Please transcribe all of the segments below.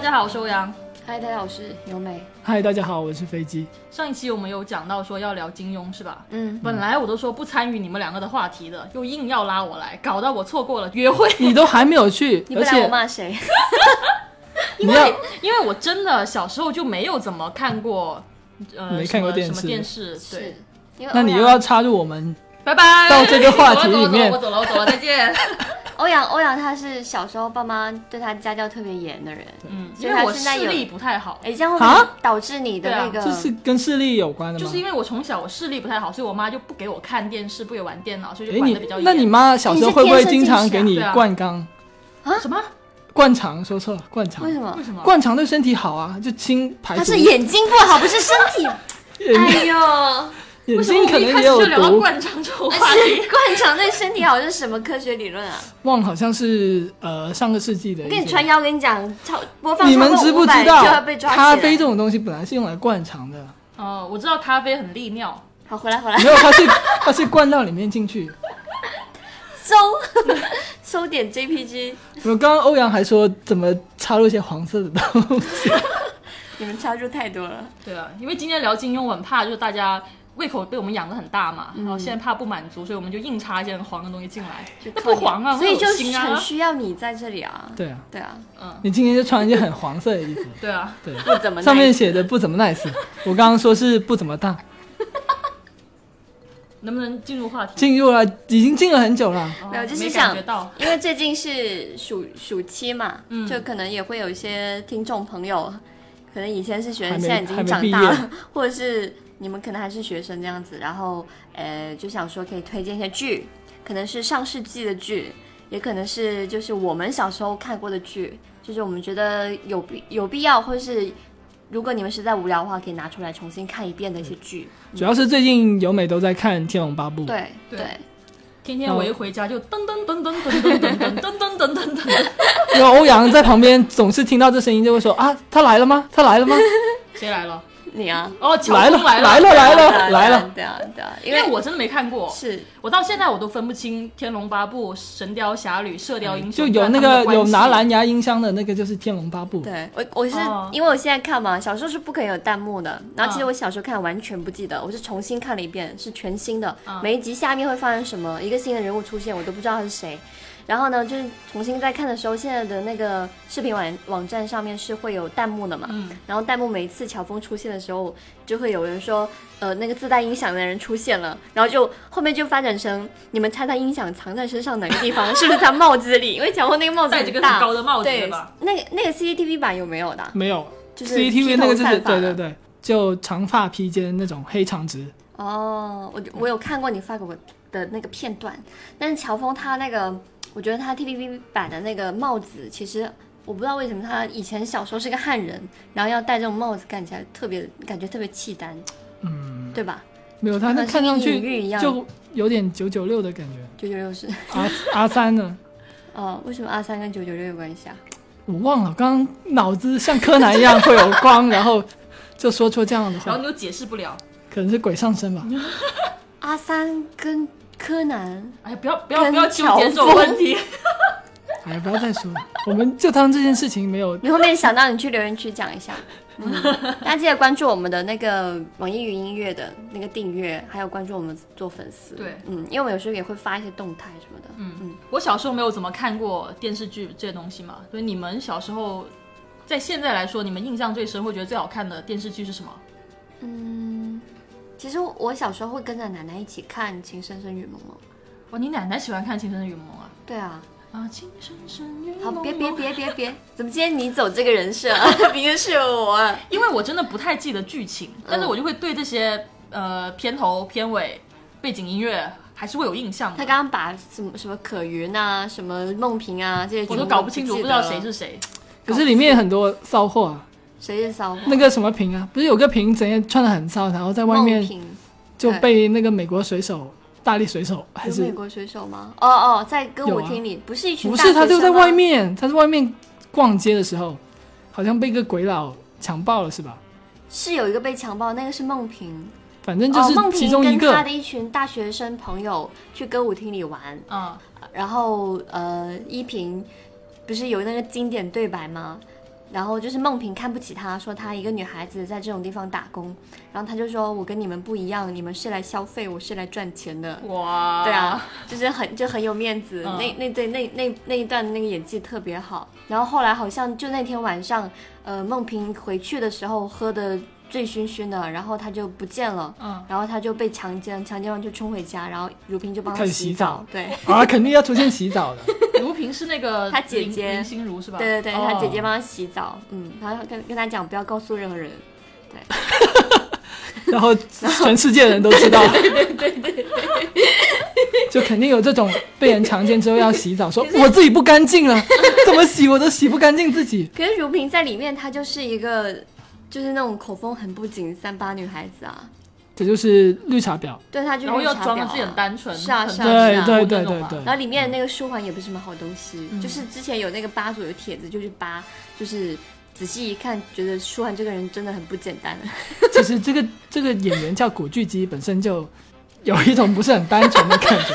家好，我是欧阳。嗨，大家好，我是由美。嗨，大家好，我是飞机。上一期我们有讲到说要聊金庸，是吧？嗯，本来我都说不参与你们两个的话题的，又硬要拉我来，搞到我错过了约会。 你都还没有去，你不而来我且骂谁？你要因为我真的小时候就没有怎么看过，呃，没看过什么什电视么电视，对是。，因为那你欧阳又要插入我们，拜拜。到这个话题里面走了走了我走了，我走了，再见。欧阳欧阳，他是小时候爸妈对他家教特别严的人，嗯，因所以为他我现在视有力不太好，哎，这样会不啊会导致你的对啊那个？这是跟视力有关的吗？就是因为我从小我视力不太好，所以我妈就不给我看电视，不给我玩电脑，所以就哎，管你的比较严。那你妈小时候会不会经常给你你是天生近视啊灌缸、什么？灌肠？说错了，灌肠为。什么为？什么？灌肠对身体好啊，就清排他毒。是眼睛不好，不是身体。 眼哎呦，眼为什么睛我可们一能开始也有就聊到毒。灌肠这种话题？ 是灌肠对身体好是什么科学理论啊？忘了好像是呃上个世纪的我一跟你些。传谣，我跟你讲，超播放你们知不知道就要被抓起来。咖啡这种东西本来是用来灌肠的，哦，我知道咖啡很利尿，好，回来回来，没有它是 它是灌到里面进去。搜搜点 JPG，我刚刚欧阳还说怎么插入一些黄色的东西，你们插入太多了。对啊，因为今天聊金庸，我很怕就是大家胃口被我们养得很大嘛，然后现在怕不满足，所以我们就硬插一些很黄的东西进来。就那靠不你黄啊，所以会就恶心很啊，需要你在这里啊。对啊，对啊，嗯，你今天就穿一件很黄色的衣 服，对啊，对，不怎么耐上面写的不怎么 nice，我刚刚说是不怎么大，能不能进入话题？进入了已经进了很久了，哦没有就是没想感觉到，因为最近是暑暑期嘛，嗯就可能也会有一些听众朋友，可能以前是学还生，没现在已经还没长毕大业了，或者是你们可能还是学生这样子，然后呃就想说可以推荐一些剧，可能是上世纪的剧，也可能是就是我们小时候看过的剧，就是我们觉得有必有必要，或是如果你们实在无聊的话，可以拿出来重新看一遍的一些剧。主要是最近由美都在看《天龙八部》，对对对，天天我一回家就噔噔噔噔噔噔噔噔噔噔噔噔噔，因为欧阳在旁边总是听到这声音就会说啊，他来了吗？他 来了吗？谁来了？你啊，哦，乔来了，峰来来了，来了， 来了。对啊对啊，因因为为我真的没看过，是。我到现在我都分不清《天龙八部》《神雕侠侣》《射雕英就雄》有那他们个的关系有拿蓝牙音箱的那个就是《天龙八部》，对我，我是、哦因为我现在看嘛，小时候是不可以有弹幕的。然后其实嗯我小时候看完全不记得，我是重新看了一遍，是全新的。嗯每一集下面会发生什么，一个新的人物出现，我都不知道他是谁。然后呢，就是重新在看的时候，现在的那个视频网网站上面是会有弹幕的嘛。嗯然后弹幕每一次乔峰出现的时候，就会有人说，呃，那个自带音响的人出现了，然后就后面就发展成你们猜他音响藏在身上哪个 地方？是不是他帽子里？因为乔峰那个帽子戴很着个大很高的帽子对的吧？，那个那个 CCTV 版有没有的啊？没有就是 CCTV 披头那个就是散发对的对对，就长发披肩那种黑长直，哦，我我有看过你发给我的那个片段，但是乔峰他那个，我觉得他 TVB 版的那个帽子，其实我不知道为什么他以前小时候是个汉人，然后要戴这种帽子，看起来特别感觉特别契丹，嗯，对吧？没有，他那看上跟隐喻一去样就有点九九六的感觉。九九六是，阿阿三呢？哦，为什么阿三跟九九六有关系啊？我忘了，刚刚脑子像柯南一样会有光，然后就说出这样的然后话你，又解释不了，可能是鬼上身吧。阿三跟柯南，哎呀，不要不要跟不要纠结这种问题。哎，不要再说了，我们就当这件事情没有。你后面想到你去留言区讲一下。嗯， 大家记得关注我们的那个网易云音乐的那个订阅，还有关注我们做粉丝。对嗯，因为我们有时候也会发一些动态什么的。嗯嗯，我小时候没有怎么看过电视剧这些东西嘛，所以你们小时候，在现在来说，你们印象最深或觉得最好看的电视剧是什么？嗯其实我小时候会跟着奶奶一起看《情深深雨蒙蒙》。哇，你奶奶喜欢看《情深深雨蒙蒙》啊？对啊，啊，《情深深雨好，嗯蒙蒙啊别别别别别，怎么今天你走这个人设、 啊？明明是我。因为我真的不太记得剧情，嗯但是我就会对这些呃片头、片尾、背景音乐还是会有印象他的。刚刚把什么什么可云啊、什么梦萍啊这些，我都搞不清楚，我不不记知道得了谁是谁。可是里面很多骚货啊，谁是骚货。那个什么平啊，不是有个平整天穿的很骚，然后在外梦面萍就被那个美国水手、大力水手还有美是国水手吗？哦哦，在歌舞有啊厅里，不是一群不大学是？他就生在吗外面，他在外面逛街的时候，好像被一个鬼佬强暴了是吧？是有一个被强暴，那个是梦萍，反正就哦梦是萍其中一跟个她的一群大学生朋友去歌舞厅里玩，嗯，然后呃，依萍不是有那个经典对白吗？然后就是梦萍看不起他，说他一个女孩子在这种地方打工，然后他就说：“我跟你们不一样，你们是来消费，我是来赚钱的。”哇，对，啊，就是很就很有面子。嗯那那对那那那一段那个演技特别好。然后后来好像就那天晚上，呃，孟平回去的时候喝的醉醺醺的，然后他就不见了。嗯，然后他就被强奸，强奸完就冲回家，然后如萍就帮他开始洗澡澡。对，啊，肯定要出现洗澡的。如萍是那 个她姐林姐林心如是吧？对对对，他哦姐姐帮他洗澡。嗯，然后跟跟他讲不要告诉任何人。然后全世界人都知道，对对对对，就肯定有这种被人强奸之后要洗澡， 说我自己不干净了，怎么洗我都洗不干净自己。可是如萍在里面，她就是一个就是那种口风很不紧三八女孩子啊。这就是绿茶婊，对，她就然后绿又茶装的婊自己啊很单纯，是啊很是啊单是纯啊那对对种嘛对对然后里面的那个舒缓也不是什么好东西，嗯就是之前有那个吧主有帖子，就是吧，就是仔细一看，觉得舒缓这个人真的很不简单。其实这个这个演员叫古巨基，本身就有一种不是很单纯的感觉。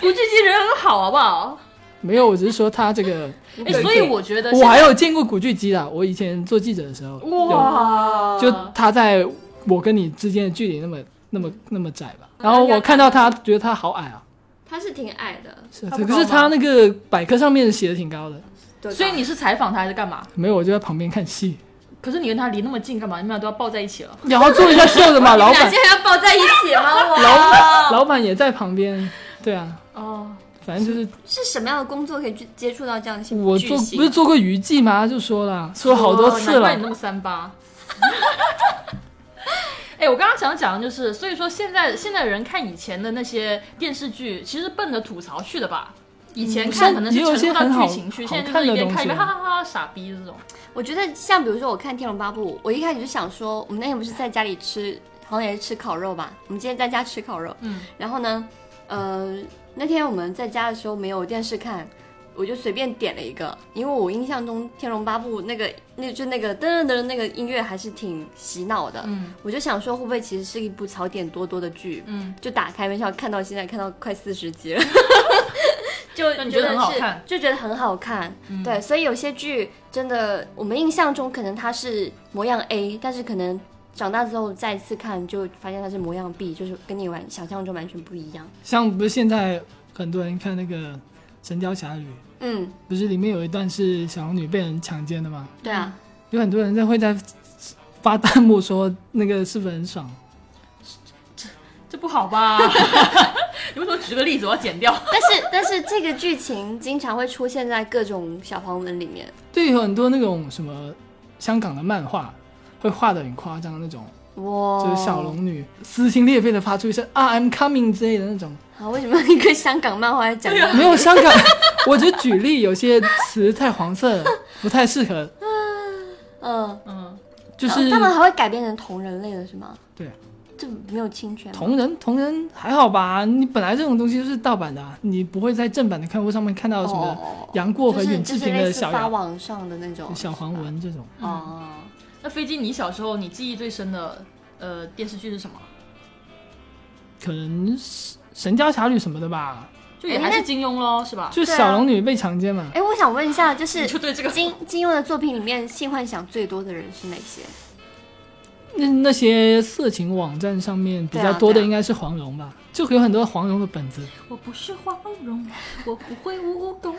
古巨基人很好，好不好？没有，我只是说他这个，哎，所以我觉得我还有见过古巨基啊，我以前做记者的时候，哇，就他在我跟你之间的距离那么那么那么窄吧，嗯然后我看到他觉得他好矮啊， 他是挺矮的，是，啊他不可高是吗他那个百科上面写的挺高的。对所以你是采访他还是干嘛？没有，我就在旁边看戏，可是你跟他离那么近干嘛？你们俩都要抱在一起了。然后做一下秀的 嘛，老现板在要抱在一起吗？老老板也在旁边，对啊，哦，反正就是 是什么样的工作可以去接触到这样的我巨做星啊不是做过娱记吗？就说了，说好多次难怪你哦了，那么三 八。哎，我刚刚想讲的就是，所以说现在现在人看以前的那些电视剧，其实奔着吐槽去的吧。以前看可能是也有沉些入到很好剧情去，好现在就看是的一边东看一边西哈哈哈哈傻逼这种。我觉得像比如说我看《天龙八部》，我一开始就想说，我们那天不是在家里吃，好像也是吃烤肉吧？我们今天在家吃烤肉，嗯，然后呢，呃，那天我们在家的时候没有电视看，我就随便点了一个，因为我印象中《天龙八部》那个那就那个噔噔噔那个音乐还是挺洗脑的，嗯我就想说会不会其实是一部槽点多多的剧，嗯，就打开没想到看到现在看到快四十集了。 就那你觉觉得得是很好看嗯就觉得很好看，对，所以有些剧真的，我们印象中可能它是模样 A，但是可能长大之后再一次看，就发现它是模样 B，就是跟你完想象中完全不一样。像不是现在很多人看那个《神雕侠侣》，嗯，不是里面有一段是小龙女被人强奸的吗？对啊，有很多人在会在发弹幕说那个是不是很爽？这不好 吧？你为什么举个例子我要剪掉？ 但是但是这个剧情经常会出现在各种小黄文里面，对，有很多那种什么香港的漫画会画的很夸张那种，哇，就是小龙女撕心裂肺的发出一声啊 I'm coming 之类的那种。啊，为什么一个香港漫画要啊讲？没有香港，我只举例，有些词太黄色了，不太适合。嗯，嗯，就是哦他们还会改编成同人类的是吗？对这没有侵权吗。同人，同人还好吧？你本来这种东西就是盗版的啊，你不会在正版的刊物上面看到什么哦杨过和就是尹志平的小就是类似发杨、网上的那种小黄文这嗯种。哦，那飞机，你小时候你记忆最深的呃电视剧是什么？可能是《神雕侠侣》什么的吧，就也还是金庸咯，是吧？就对啊小龙女被强奸嘛。哎，我想问一下，就你是就对这个金金庸的作品里面性幻想最多的人是哪些？那那些色情网站上面比对较啊多的对啊应该是黄蓉吧，就有很多黄蓉的本子。我不是花容， 我不会武功，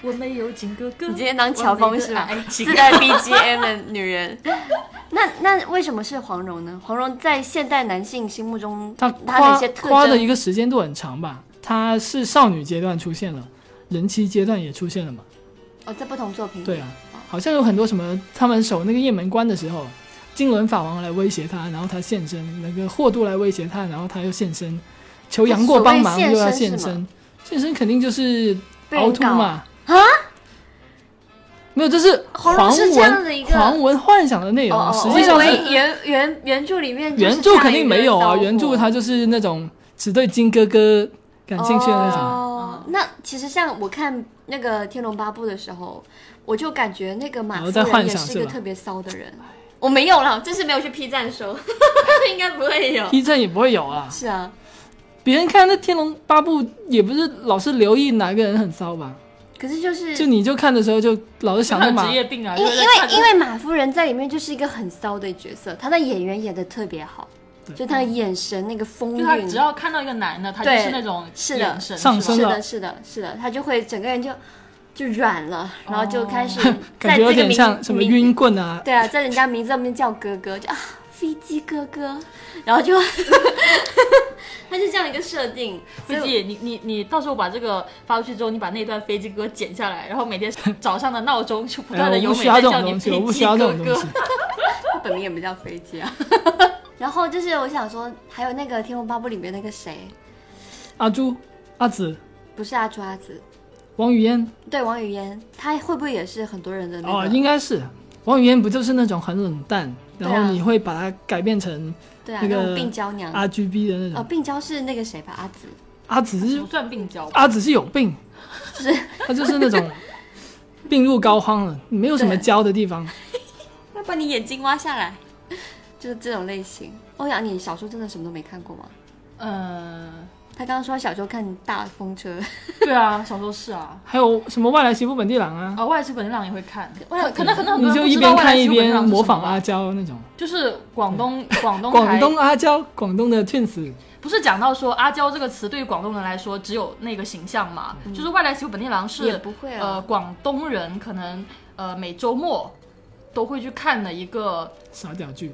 我没有金哥哥。你今天当乔峰是完吧美的爱？情自带 BGM 的女人。那那为什么是黄蓉呢？黄蓉在现代男性心目中，她她的夸一些特夸的一征，个时间度很长吧，她是少女阶段出现了，人妻阶段也出现了嘛。哦，在不同作品里对啊，好像有很多什么，他们守那个雁门关的时候，金轮法王来威胁他，然后他现身；那个霍都来威胁他，然后他又现身，求杨过帮忙所谓现又要身现是 身。现身肯定就是被凹人凸搞嘛啊，没有，这是黄黄蓉是这样的一文个黄文幻想的内容，哦哦，啊实我际以上为是原原原著里面就是原著肯定没有插啊，一个骚原著货它就是那种只对金哥哥感兴趣的那种。哦，那其实像我看那个《天龙八部》的时候，我就感觉那个马然夫后再人哦幻也想是一是个吧特别骚的人。我没有了，这是没有去 P 站搜， 应该不会有。 B 站也不会有啊，是啊，别人看那《天龙八部》也不是老是留意哪个人很骚吧？可是就是就你就看的时候就老是想着很马职，业病啊，因就为是因在看为着因为马夫人在里面就是一个很骚的角色，她的演员演的特别好，就她的眼神那个风就他韵只，要看到一个男的，他就对是那种是的眼神上是吧升是了的，是的，是的，她就会整个人就就软了，然后就开始哦 感在觉有这个点名像什么名晕棍啊，对啊，在人家名字上面叫哥哥，就啊飞机哥哥，然后就， 他就这样一个设定。飞机，你你你到时候把这个发出去之后，你把那段飞机歌剪下来，然后每天早上的闹钟就不哎断的我有不美需要在这叫种你东西，我飞不需机要这哥种东哥西。。他本名也不叫飞机啊。 然后就是我想说，还有那个《天龙八部》里面那个谁，阿朱、阿紫、不是阿抓子，王语嫣对王语嫣，她会不会也是很多人的那个？哦，应该是王语嫣不就是那种很冷淡，对然啊后你会把它改变成对啊，那个种病娇娘。 R G B 的那哦，种。病娇是那个谁吧？阿紫，阿紫是不算病娇吧，阿紫是有病，就是她就是 那种病入膏肓了，没有什么对教的地方。要把你眼睛挖下来，就是这种类型。欧阳，你小时候真的什么都没看过吗？嗯，他刚刚说他小时候看《大风车》，对啊，小时候是啊，还有什么外来媳妇本地郎啊，啊，外来媳本地郎也会看，外来可可能可能很多人你就不一知道边外来看一媳本地郎边是模什么啊仿啊吧阿娇那种。就是广东广东广台东阿娇，广东的 Twins，不是讲到说阿娇这个词对于广东人来说只有那个形象嘛？就是外来媳妇本地郎也是不会啊呃广东人可能呃每周末都会去看的一个傻屌剧，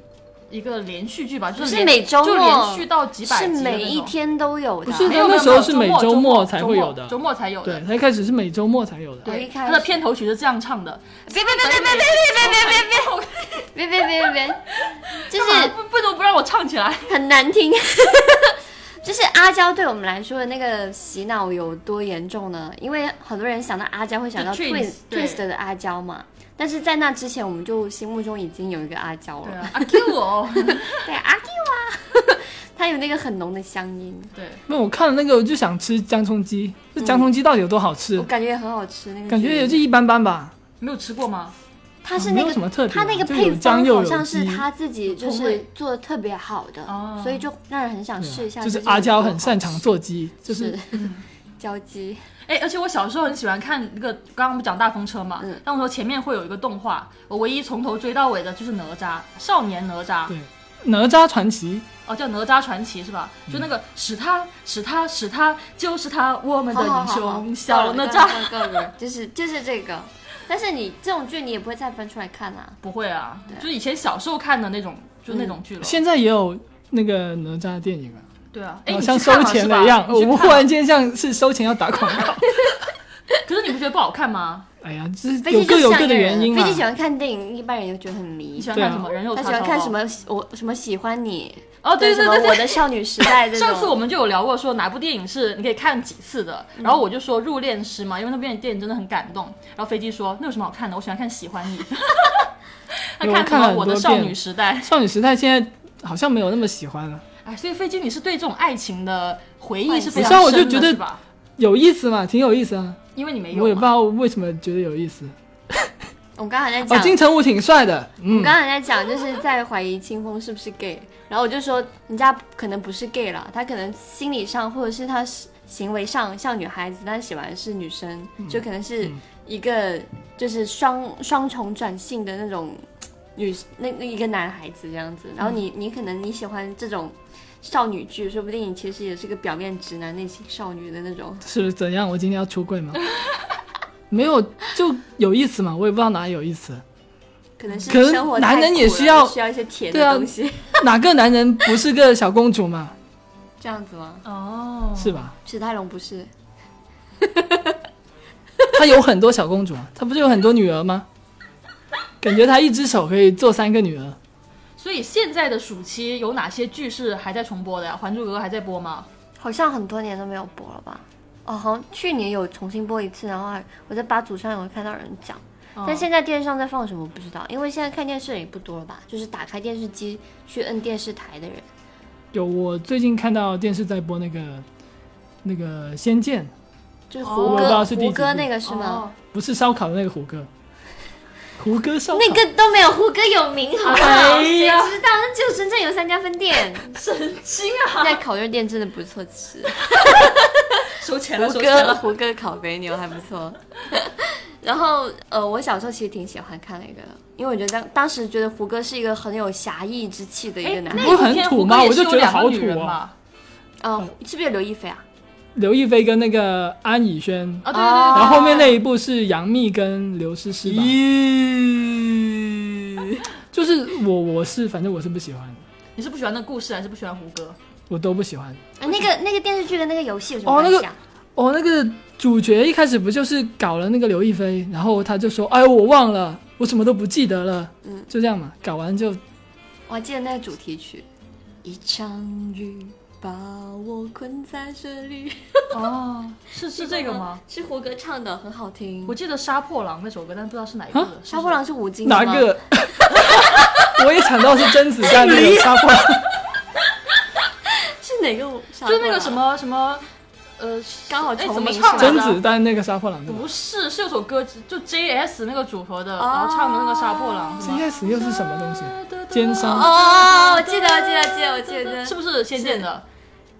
一个连续剧吧，就不是连每周就末连续到几百是集的那种每一天都有的啊。不是没有那没有时候是没有每周周末末才周会末有的周末才有对，的。它一开始是每周末才有的。我一它开始的片头曲是这样唱的，别别别别别别别别别别别别别， 就是不不能不让我唱起来。很难听。 就是阿娇对我们来说的那个洗脑有多严重呢？因为很多人想到阿娇会想到 The Twins Twins，对 Twist 的阿娇嘛，但是在那之前我们就心目中已经有一个阿娇对了。啊，阿 Q 我，对阿 Q 啊， 她有那个很浓的乡音，对，那我看了那个，我就想吃姜葱鸡，嗯这姜葱鸡到底有多好吃？我感觉也很好吃。那个感觉也就一般般吧，没有吃过吗？它是啊那没有个什么特别他啊，那个就有配姜方又好有像是鸡他自己就葱是味做的特别好的，哦所以就让人很想试一下。啊就是究竟阿娇有多很擅长做鸡，就好吃，是是 娇鸡，哎，而且我小时候很喜欢看那个，刚刚不讲大风车嘛嗯，但我说前面会有一个动画，我唯一从头追到尾的就是哪吒，少年哪吒，对哪吒传奇，哦，叫哪吒传奇是吧？就那个嗯使他使他使他就是他，我们的好英好好好雄小哪够了吒。，够了够了够了就是就是这个。但是你这种剧你也不会再翻出来看啦。不会啊，就以前小时候看的那种，就嗯那种剧了。现在也有那个哪吒电影啊，对啊，哎，好你像去看收了钱是了吧一样。你去我们看忽了然间像是收钱要打广告，可是你不觉得不好看吗？哎呀，这飞是有机各就有像各一的个原人，因啊飞啦机。喜欢看电影，一般人又觉得很迷啊你。喜欢对啊看什么？人肉他叉喜烧欢包。看什么？我什么喜欢你？哦，对什对么对对我的少女时代这种。 上次我们就有聊过，说哪部电影是你可以看几次的，然后我就说《入殓师》嘛，因为那部电影真的很感动。然后飞机说：“那有什么好看的？我喜欢看《喜欢你》。”他对我看什看了么《很我的多少遍女时代》？少女时代现在好像没有那么喜欢了，哎，所以飞机，你是对这种爱情的回忆是非常你知深道的，我就觉得是吧？有意思嘛，挺有意思啊。因为你没有嘛，我也不知道为什么觉得有意思。我刚才在哦，讲，金城武挺帅的，我嗯，刚才在讲，就是在怀疑清风是不是 gay，然后我就说人家可能不是 gay 啦，他可能心理上或者是他行为上像女孩子，但喜欢的是女生，嗯就可能是一个就是双双重转性的那种女那那一个男孩子这样子。然后嗯你你可能你喜欢这种少女剧，说不定你其实也是个表面直男，内心少女的那种。是怎样？我今天要出柜吗？没有，就有意思嘛，我也不知道哪有意思。可能是可能生活男太人苦也了需要需要一些甜对啊的东 西，哪个男人不是个小公主嘛？这样子吗？哦，是吧？史泰龙不是，她有很多小公主啊，她不是有很多女儿吗？感觉她一只手可以做三个女儿。所以现在的暑期有哪些剧是还在重播的呀？《还珠格格》还在播吗？好像很多年都没有播了吧？哦，好像去年有重新播一次，然后还我在八组上有看到有人讲，嗯但现在电视上在放什么我不知道，因为现在看电视也不多了吧？就是打开电视机去摁电视台的人，有，我最近看到电视在播那个那个《仙剑》，就是哦胡我不知歌，道是第胡几歌部那个是吗？哦不是烧烤的那个胡歌，胡歌烧烤。那个都没有胡歌有名，好不好？哎谁呀知道？那只有深圳 有三家分店，哦？神经啊！ 那烤肉店真的不错吃。收钱了，胡收钱歌了。胡歌烤肥牛还不错。 然后呃，我小时候其实挺喜欢看那个的，因为我觉得当当时觉得胡歌是一个很有侠义之气的一个哎，男那孩。部不是很片土胡吗歌也我是就有觉得两个好女土人哦嘛。哦，是不是有刘亦菲啊？刘亦菲跟那个安以轩，啊，对对对哦对。然后后面那一部是杨幂跟刘诗诗吧？就是我我是反正我是不喜欢，你是不喜欢那个故事，还是不喜欢胡歌？我都不喜欢。呃那个那个电视剧跟那个游戏有什哦么那关个系啊？哦，那个主角一开始不就是搞了那个刘亦菲，然后他就说：“哎，我忘了，我什么都不记得了。”嗯就这样嘛，搞完就我还记得那个主题曲，一场雨把我困在这里，哦，是是这个吗？？是胡歌唱的，很好听我。记得《杀破狼》那首歌，但不知道是哪一部的。杀破狼是吴京的哪吗？ 个？我也想到是甄子丹那个 沙发，是哪个吴？就就是那个什么什么，呃，刚好哎重怎么名唱是来甄的？子丹那个杀破狼对吧不是，是有首歌就 JS 那个组合的，然后唱的那个《杀破狼》是吗？ ？CS 又是什么东西？奸商哦，我记得，我记得，记得，我记得，是不是《仙剑》的？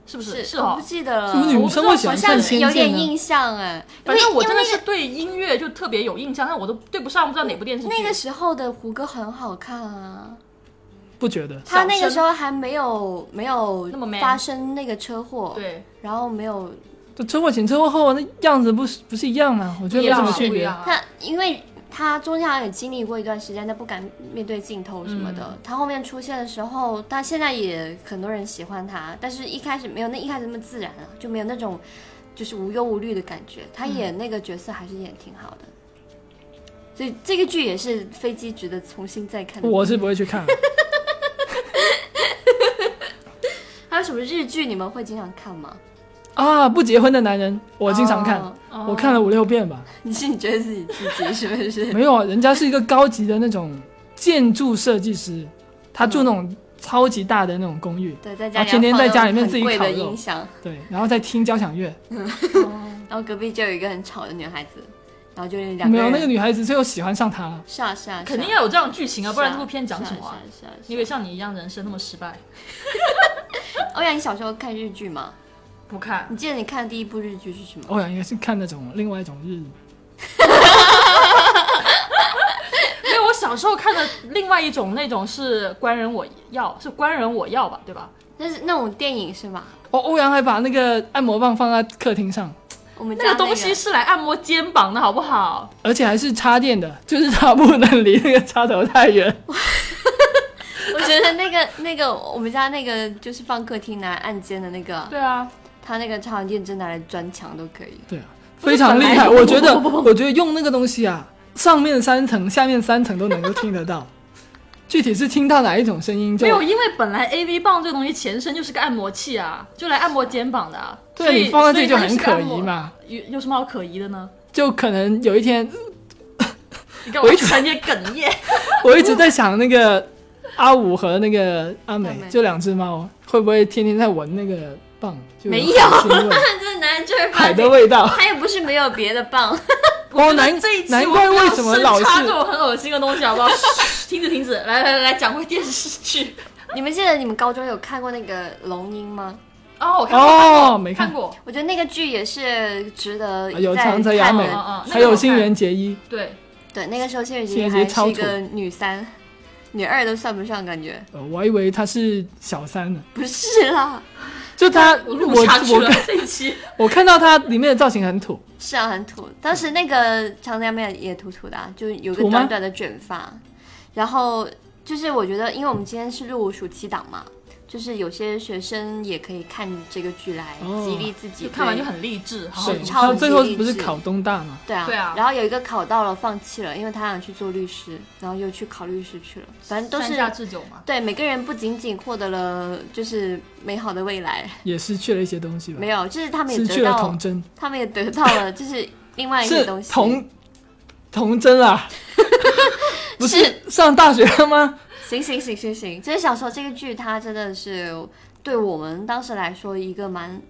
是不是？是是我哦不。记得什么了，女生会喜呃欢好像看是仙有剑点呢？印象哎。反正因为我真的因为是对音乐就特别有印象，但我都对不上，不知道哪部电视剧。那个时候的胡歌很好看啊，不觉得？他那小个生时候还没有没有那么 man 发生那个车祸，，对，然后没有这车祸前车祸后啊那样子不是不是一样吗？我觉得没什么区不一别。样啊。他，因为他中间好像也经历过一段时间，他不敢面对镜头什么的。他后面出现的时候，他现在也很多人喜欢他，但是一开始没有那一开始那么自然了，就没有那种就是无忧无虑的感觉。他演那个角色还是演挺好的。所以这个剧也是飞机值得重新再看的。我是不会去看，还有什么日剧你们会经常看吗？啊，不结婚的男人，我经常看，哦我看了五六遍吧。你是你觉得自己自己是不 是？没有啊，人家是一个高级的那种建筑设计师，他住那种超级大的那种公寓，对，在家里啊天天在家里要放那种面自己很贵的烤肉音响，对，然后再听交响乐。然后隔壁就有一个很吵的女孩子，然后就两没个有人那个女孩子最后喜欢上他了，是啊是啊，肯定要要有这样的剧情啊，不然这部片讲什么啊？？是啊是啊你以为像你一样人生那么失败？欧阳，你小时候看日剧吗？不看，你记得你看的第一部日剧是 什么？欧阳应该哦是看那种另外一种日， 因为我小时候看的另外一种那种是官人我要，是官人我要吧，对吧？那是那种电影是吧？哦，欧阳还把那个按摩棒放在客厅上，我们家那个东 西是来按摩肩膀的好不好？而且还是插电的，就是他不能离那个插头太远。我觉得那个那个我们家那个就是放客厅拿来按键的那个，对啊，他那个超常电针拿来钻墙都可以。对啊，非常厉害。我觉得，我觉得用那个东西啊，上面三层，下面三层都能够听得到。具体是听到哪一种声音就没有，因为本来 A V 棒这个东西前身就是个按摩器啊，就来按摩肩膀的啊。对所以你放在这里所以它很是个按可疑摩嘛。有有什么好可疑的呢？就可能有一天，你看我一直在念哽咽，我一直在想那个阿五和那个阿美阿美这两只猫会不会天天在闻那个棒，就没有海 腥味这男人就是 海的味道。他也不是没有别的棒， 哦，难这一期难我怪不要为什么深老插是这种很恶心的东西，好不 好？停止停止，来来来，讲回电视剧。 你们记得你们高中有看过那个《龙樱》吗？哦，我看过哦，没看看，过，我觉得那个剧也是值得啊有再长泽雅看美的嗯嗯，还有那个我看新垣结衣，对，对，那个时候谢雨谢晴雨还晴是超一个女三，女二都算不上，感觉呃我还以为她是小三呢，不是啊啦。就她我我录不下去了我这一期。我看到她里面的造型很土，是啊，很土。当时那个长泽雅美也土土的、啊，就有个土吗短短的卷发。然后就是我觉得，因为我们今天是录暑期档嘛，就是有些学生也可以看这个剧来哦激励自己。就看完就。很励志，好好对，读超她级最后励不是志考东大吗？对啊，对啊然后有一个考到了，放弃了，因为他想去做律师，然后又去考律师去了。反正都山是下智久嘛。对每个人不仅仅获得了就是美好的未来，也失去了一些东西吧没，有，就是他们也失得去了到童真，他们也得到了，就是另外一个是东西，童童 真啊，不是是上大学了吗？行行行行行，这是小时候这个剧，它真的是对我们当时来说一个蛮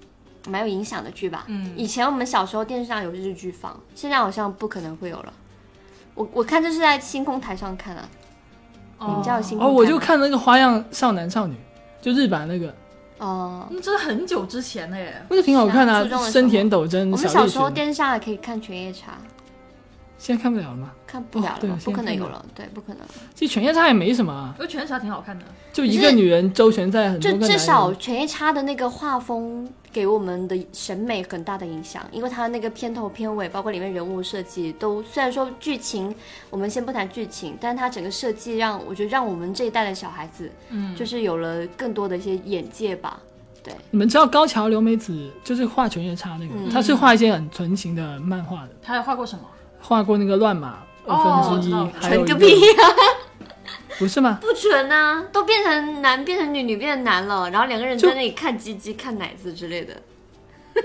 蛮有影响的剧吧。嗯以前我们小时候电视上有日剧放，现在好像不可能会有了。我我看这是在星空台上看啊，哦你们家有星哦，空我台就吗看那个花样少男少女，就日版那个，哦，那真的很久之前了耶。那个挺好看啊注重了，什么深田斗真、我们嗯小小栗时候旬，电视上还可以看《犬夜叉》，现在看不了了嘛。看不了哦了对吧，不现在可能看不有了了，对，不可能。其实犬夜叉也没什么啊，我觉得犬夜叉挺好看的，就一个女人周旋在很多就个男至人。少《犬夜叉》的那个画风给我们的审美很大的影响，因为它那个片头、片尾，包括里面人物设计，都虽然说剧情我们先不谈剧情，但它整个设计让我觉得让我们这一代的小孩子，嗯，就是有了更多的一些眼界吧。对，你们知道高桥留美子就是画犬夜叉那嗯个，她是画一些很纯情的漫画的，他还画过什么？画过那个乱马二分之一哦我知道，还纯有一个屁呀、 不是吗？ 不纯呐、都变成男变成女，女变成男了，然后两个人就在那里看鸡鸡、看奶子之类的。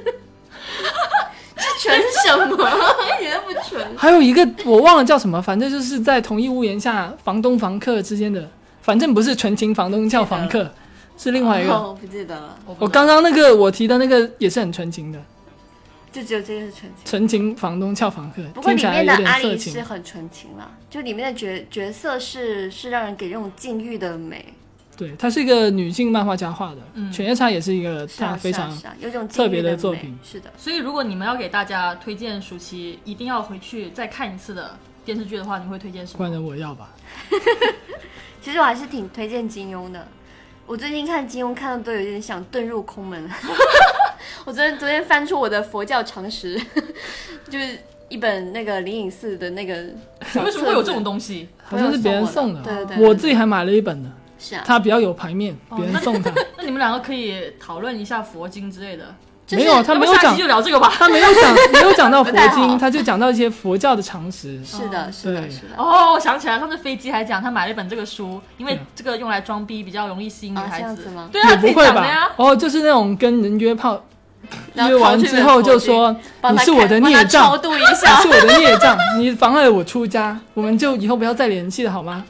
这纯什 么？ 一点都不纯。还有一个我忘了叫什么，反正就是在同一屋檐下，房东房客之间的，反正不是纯情房东叫房客，是另外一哦个。我不记得了，我不我知道刚刚那个我提的那个也是很纯情的，就只有这个是纯情。纯情房东叫房客不，过听里起来面有的阿点色狸是情。很纯情啦，就里面的角角色是是让人给这种禁欲的美，对，她是一个女性漫画家画的，嗯犬夜叉》也是一个是她啊非常是啊是啊，有种特禁别欲的的作美品是的，所以如果你们要给大家推荐暑期一定要回去再看一次的电视剧的话，你会推荐什关么？着我要吧。其实我还是挺推荐金庸的，我最近看金庸看的都有点想遁入空门。 我昨天昨天翻出我的佛教常识， 就是一本那个灵隐寺的那个小册子，为什么会有这种东西？好啊像是别人送的，对对对对我自己还买了一 本呢，是啊，它比较有牌面，哦别人送 他，那你们两个可以讨论一下佛经之类的。就是没有，他没要有不下讲期，就聊这个 吧。他没有 讲，没有讲到佛不太经，好他就讲到一些佛教的常识，是的，是的，对是的。哦，我想起来，上次飞机还讲他买了一本这个书，因为对啊这个用来装逼比较容易吸引女啊这孩样子。子吗对啊，也自己不会讲的吧呀？。哦，就是那种跟人约炮，然后约完之后就说帮你他是我的看帮他孽障超，哦度一 你下，是我的孽障，你妨碍了我出家，我们就以后不要再联系了 好吗？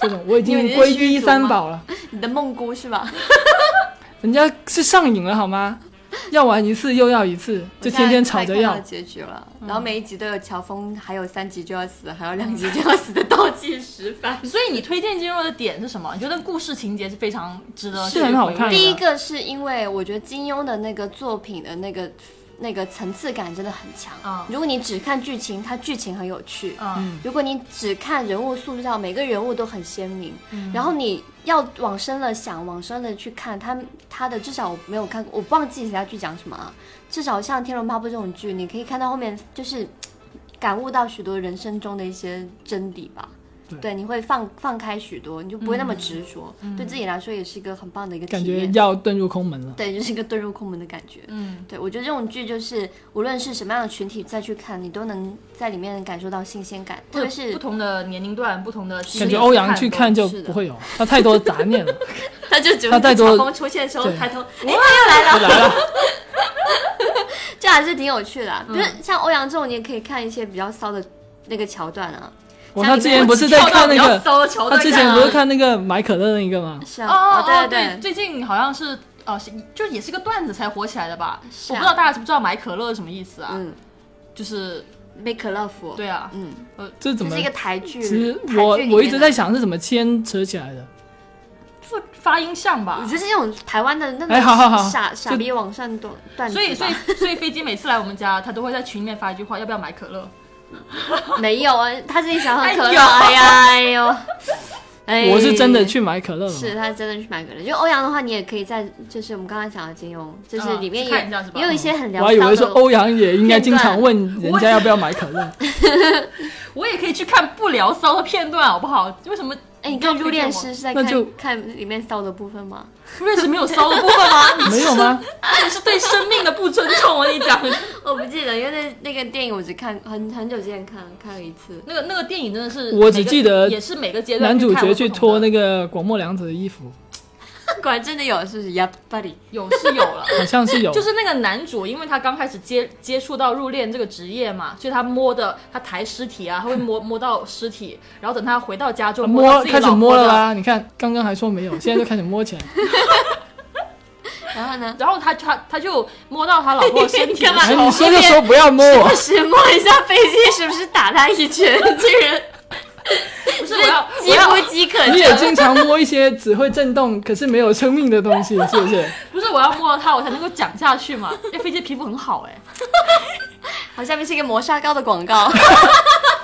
这种我已经你以皈为是虚依竹三吗宝了，你的梦姑是吧？人家是上瘾了好吗？要玩一次又要一 次，就天天吵着我现在快看要嗯到。结局了。然后每一集都有乔峰，还有三集就要死，还有两集就要死的倒计时番。所以你推荐金庸的点是什么？你觉得故事情节是非常值得是很好看的第第一一个是因为我觉得金庸的那个作品的那个那个层次感真的很强。嗯如果你只看剧情，它剧情很有趣。嗯，如果你只看人物塑造，每个人物都很鲜明，嗯然后你要往深了想，往深了去看，他他的至少我没有看过，我忘记其他剧讲什么啊。至少像《天龙八部》这种剧，你可以看到后面就是嘖感悟到许多人生中的一些真理吧。对嗯你会放放开许多，你就不会那么执着，对自己来说也是一个很棒的一个感体觉验。要遁入空门了，对，就是一个遁入空门的感觉。嗯，对，我觉得这种剧就是无论是什么样的群体再去看，你都能在里面感受到新鲜感，特或别者是不同的年龄段、不同的感觉欧阳去看就不会有，他太多杂念 了。他就只他会在再 多乔峰出现的时候对抬头，哎，他又来了，又来了，这还是挺有趣的啊、嗯就是像欧阳这种，你也可以看一些比较骚的那个桥段啊。我像他你之前们不是在看跳那到比较个，骚的桥他段之看前啊不是看那个买可乐那个吗？是哦啊，哦对哦对，最近好像是呃，是就也是个段子才火起来的吧？是我啊不知道大家知不知道买可乐是什么意思啊？嗯就是，Make Love，，对啊，嗯，这怎这么是一？个台剧，其实台剧我里面我一的直在。想是怎么牵扯起来的。就发音像吧我。觉得是那种台湾的那种哎好好好傻傻就逼网上段段子所吧，以，所以，所以飞机每次来我们家，他都会在群里面发一句话：要不要买可乐？没有啊，他自己想喝哎可乐，呦哎呀，哎呦，哎， 我是真的去买可乐了，是他真的去买可乐，就欧阳的话，你也可以在，就是我们刚刚讲的金庸，就是里嗯面去也、看一下是吧也有一些很我聊还以为说骚的。欧阳也应该经常问人家要不要买可乐。我也可以去看不聊骚的片段，好不好？为什么？哎，你看要推入荐殓我师是在那看就看里面骚的部分吗？认识没有骚的部分吗？ 你没有吗？这是对生命的不尊重。啊我跟你讲， 我不记得，因为那那个电影我只看很很久之前看看了一次。 那个那个电影真的是每个，我只记得也是每个阶段男主角去脱那个，个广末凉子的衣服， 果然真的有，是不是？呀，巴里，有是有了。好像是有，就是那个男主，因为他刚开始接接触到入殓这个职业嘛，所以他摸的，他抬尸体啊，他会摸摸到尸体，然后等他回到家就摸到摸自己开始老摸婆了啊的，啦。你看刚刚还说没有，现在就开始 摸起来。然后呢？然后他他他就摸到他老婆的身体的哎，时 你候，说就说不要摸我不。时摸一下飞机，是不是打他一拳？这人不是是我要饥我要不饥渴 你也症。经常摸一些只会震动可是没有生命的东西，是 不是？不是我要摸到它我才能够讲下去嘛？ 因为飞机皮肤很好哎、好，下面是一个磨砂膏的广告。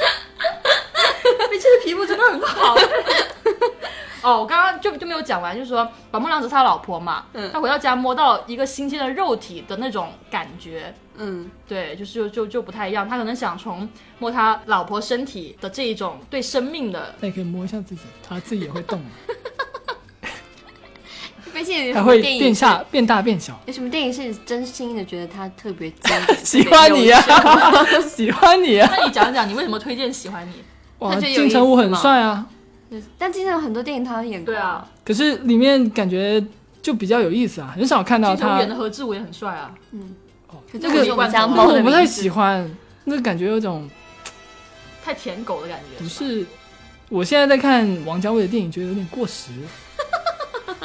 飞机的皮肤真的很好。哦，我刚刚就就没有讲完，就是说宝木良子他老婆嘛，嗯他回到家摸到一个新鲜的肉体的那种感觉， 嗯，对，就是就就就不太一样。他可能想从摸他老婆身体的这一种对生命的，那也可以摸一下自己，它自己也会动，飞信有还什么会电影变？大、变大、变小。有什么电影是你真心的觉得它特别经 喜欢你呀、 喜欢你啊呀、那你讲一讲你为什么推荐喜欢你？哇，那就有金城武很帅啊，特别有意思但经常有很多电影他演过。对啊，，可是里面感觉就比较有意思啊，很少看到金城武他演。的何志武也很帅啊，可那是个我是我们家那那个猫个的我不名太字喜欢，那个感觉有种太舔狗的感觉。不是。我现在在看王家卫的电影，觉得有点 过时了。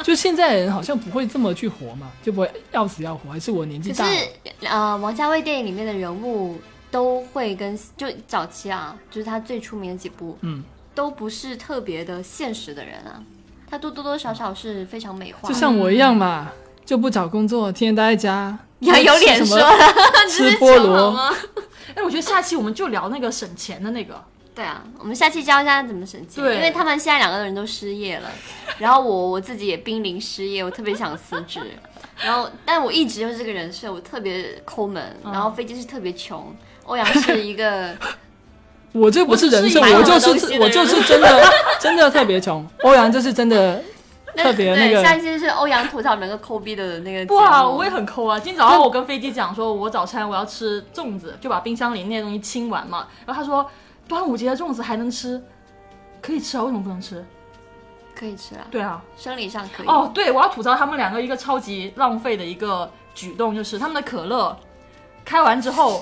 就现在人好像不会这么去活嘛，就不会要死要活，还是我年纪可大了是呃，王家卫电影里面的人物都会跟就早期啊，就是他最出名的几部，嗯，都不是特别的现实的人啊，他都多多少少是非常美化就的。像我一样嘛，就不找工作，天天待在家。你要有脸说吃什么了，吃菠萝，吗？ 哎，我觉得下期我们就聊那个省钱的那个，对啊，我们下期教大家怎么省钱，对因为他们现在两个人都失业了，然后我我自己也濒临失业，我特别想辞职，然后但我一直就是这个人设，我特别抠门，嗯然后飞机是特别穷，欧阳是一个我这不是人设，我是我买就好的东西是的我就是真的真的特别穷。欧阳就是真的 特别那对，下一个，期是欧阳吐槽两个抠逼的那个。不啊，我也。很抠啊。今天早上我跟飞机讲说，我早餐我要吃粽子，就把冰箱里那些东西清完嘛。然后他说，端午节的粽子还能吃，可以吃啊，为什么不能吃？可以吃了，对啊，生理上可以。哦，对，我要吐槽他们两个一个超级浪费的一个举动，就是他们的可乐开完之 后，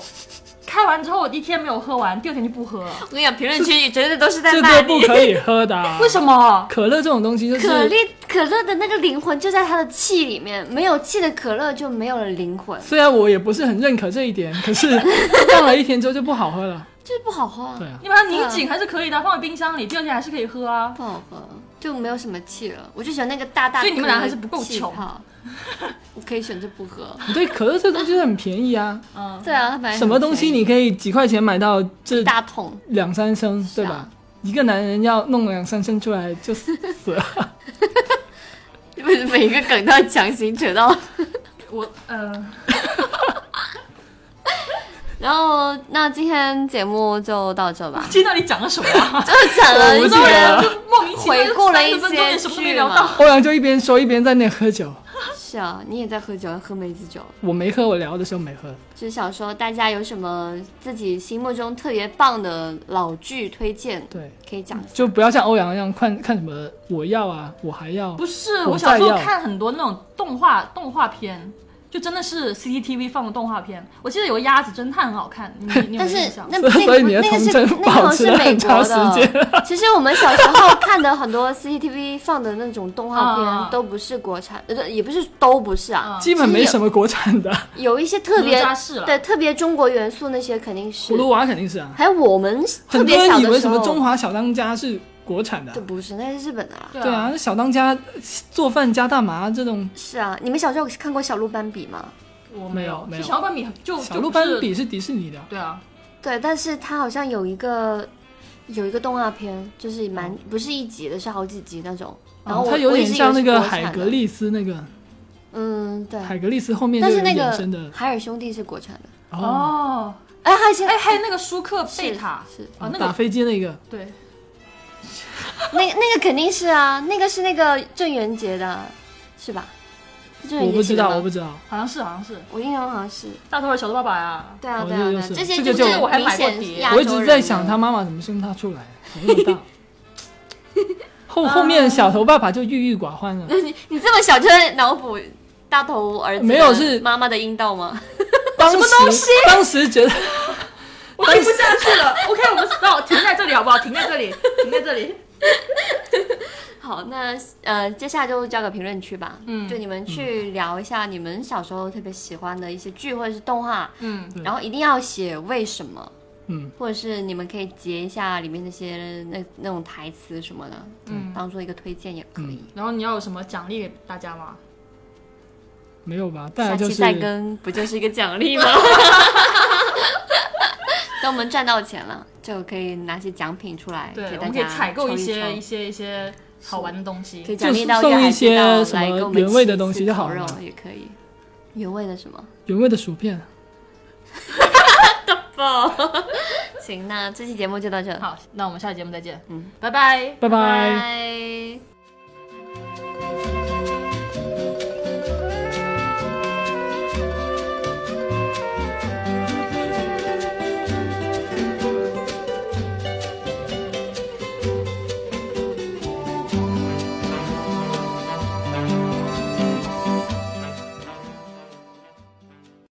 开完之后一天没有喝啊完，第二天就不喝了，我跟你讲，评论区绝对都是在这骂个不你。可以喝 的啊。为什么？可乐这种东西就是可乐可乐的那个灵魂就在它的气里面，没有气的可乐就没有了灵魂，虽然我也不是很认可这一点，可是放了一天之后就不好喝了。就是不好喝啊对，啊，你把它拧紧还是可以的，放在冰箱里，第二天还是可以喝啊。不好喝，就没有什么气了。我就喜欢那个大大的所以你们俩可乐还是不够气穷泡。 我可以选择不喝。对，可乐这东西很便宜啊，嗯，对啊，它本来什么东西你可以几块钱买到这一大啊桶，两三升，对吧？一个男人要弄两三升出来就死死了。 为什么每一个梗都要强行扯到我嗯。。然后，那今天节目就到这 吧今天到底讲了什么、啊？ 就讲了我一不记得些了，就莫名其妙回顾了一30分钟也些什么都没剧聊到。 嘛。欧阳就一边说一边在那喝酒，是啊，你也在喝酒，喝梅子酒。我没喝，我聊的时候没喝。就是想说，大家有什么自己心目中特别棒的老剧推荐，对，可以讲一下。就不要像欧阳一样看看什么我要啊，我还要不。是，我我小时候再要看很多那种动画动画片，就真的是 CCTV 放的动画片。我记得有个鸭子侦探很好看，你 你有但没是有印象？那那 所以你那的个童是真那保个持是了美很国长时间的。。其实我们小时候看的很多 CCTV 放的那种动画啊片都不是国产，呃，也不是都不是啊，基本没什么国产的，有一些特别哪吒是了对特别中国元素那些肯定是葫。芦娃肯定是啊。还有我们特很多别小人以的为时什候，么中华小当家是国产的这，不是，那是日本的啦。对对啊，，那小当家做饭加大麻这种，是啊，你们小时候看过小鹿斑比吗？我没有有，没是有小鹿斑比就小鹿斑，就不比是是迪士尼的，对啊，对，但是它好像有一个有一个动画片，就是蛮不是一集的，是好几集那种。然后哦我、它有我一点直以为像那是个国海产格的，力斯那个，嗯，对。海格力斯后面但就是那衍生的个海尔兄弟是国产的，哦，哦，哎，还有一些哎，还有那个舒克是贝塔是啊，那打个飞机那个，对，那那个肯定是啊，那个是那个郑渊洁的，是吧？是郑我渊洁不写知的道，吗我不知道。好像是好像是我印象中好像是，大头儿小头爸爸 呀，对啊哦对这啊个对就啊，是这些这个就就是我还明买过显碟亚我一洲直在人想的他妈妈怎么生他出来，从 小到后后面小头爸爸就郁郁寡欢了。你你这么小就在脑补大头儿子没有是妈妈的阴道吗？ 当时当时觉得我听不下去了。OK，我 们那我停在这里好不好？停在这 里，停在这里。好，那呃，接下来就交给评论区吧。嗯，就你们去聊一下你们小时候特别喜欢的一些剧或者是动画，嗯，然后一定要写为什么，嗯，或者是你们可以截一下里面那些那那种台词什么的，嗯，当做一个推荐也可以。然后你要有什么奖励给大家吗？没有吧？嗯大下家就期是再更不就是一个奖 励吗？等我们赚到钱了，就可以拿些奖品出来对，给我大们可以家采购抽一一些抽一些一些好玩的东西可。以奖就励到送月一海些街道什来么给我们原味吃的一东次西就烤好了肉嘛也可以。原味的什 么？原味的薯片。 行，那这期节目就到这，好，那我们下期节目再见，嗯，拜拜。拜拜拜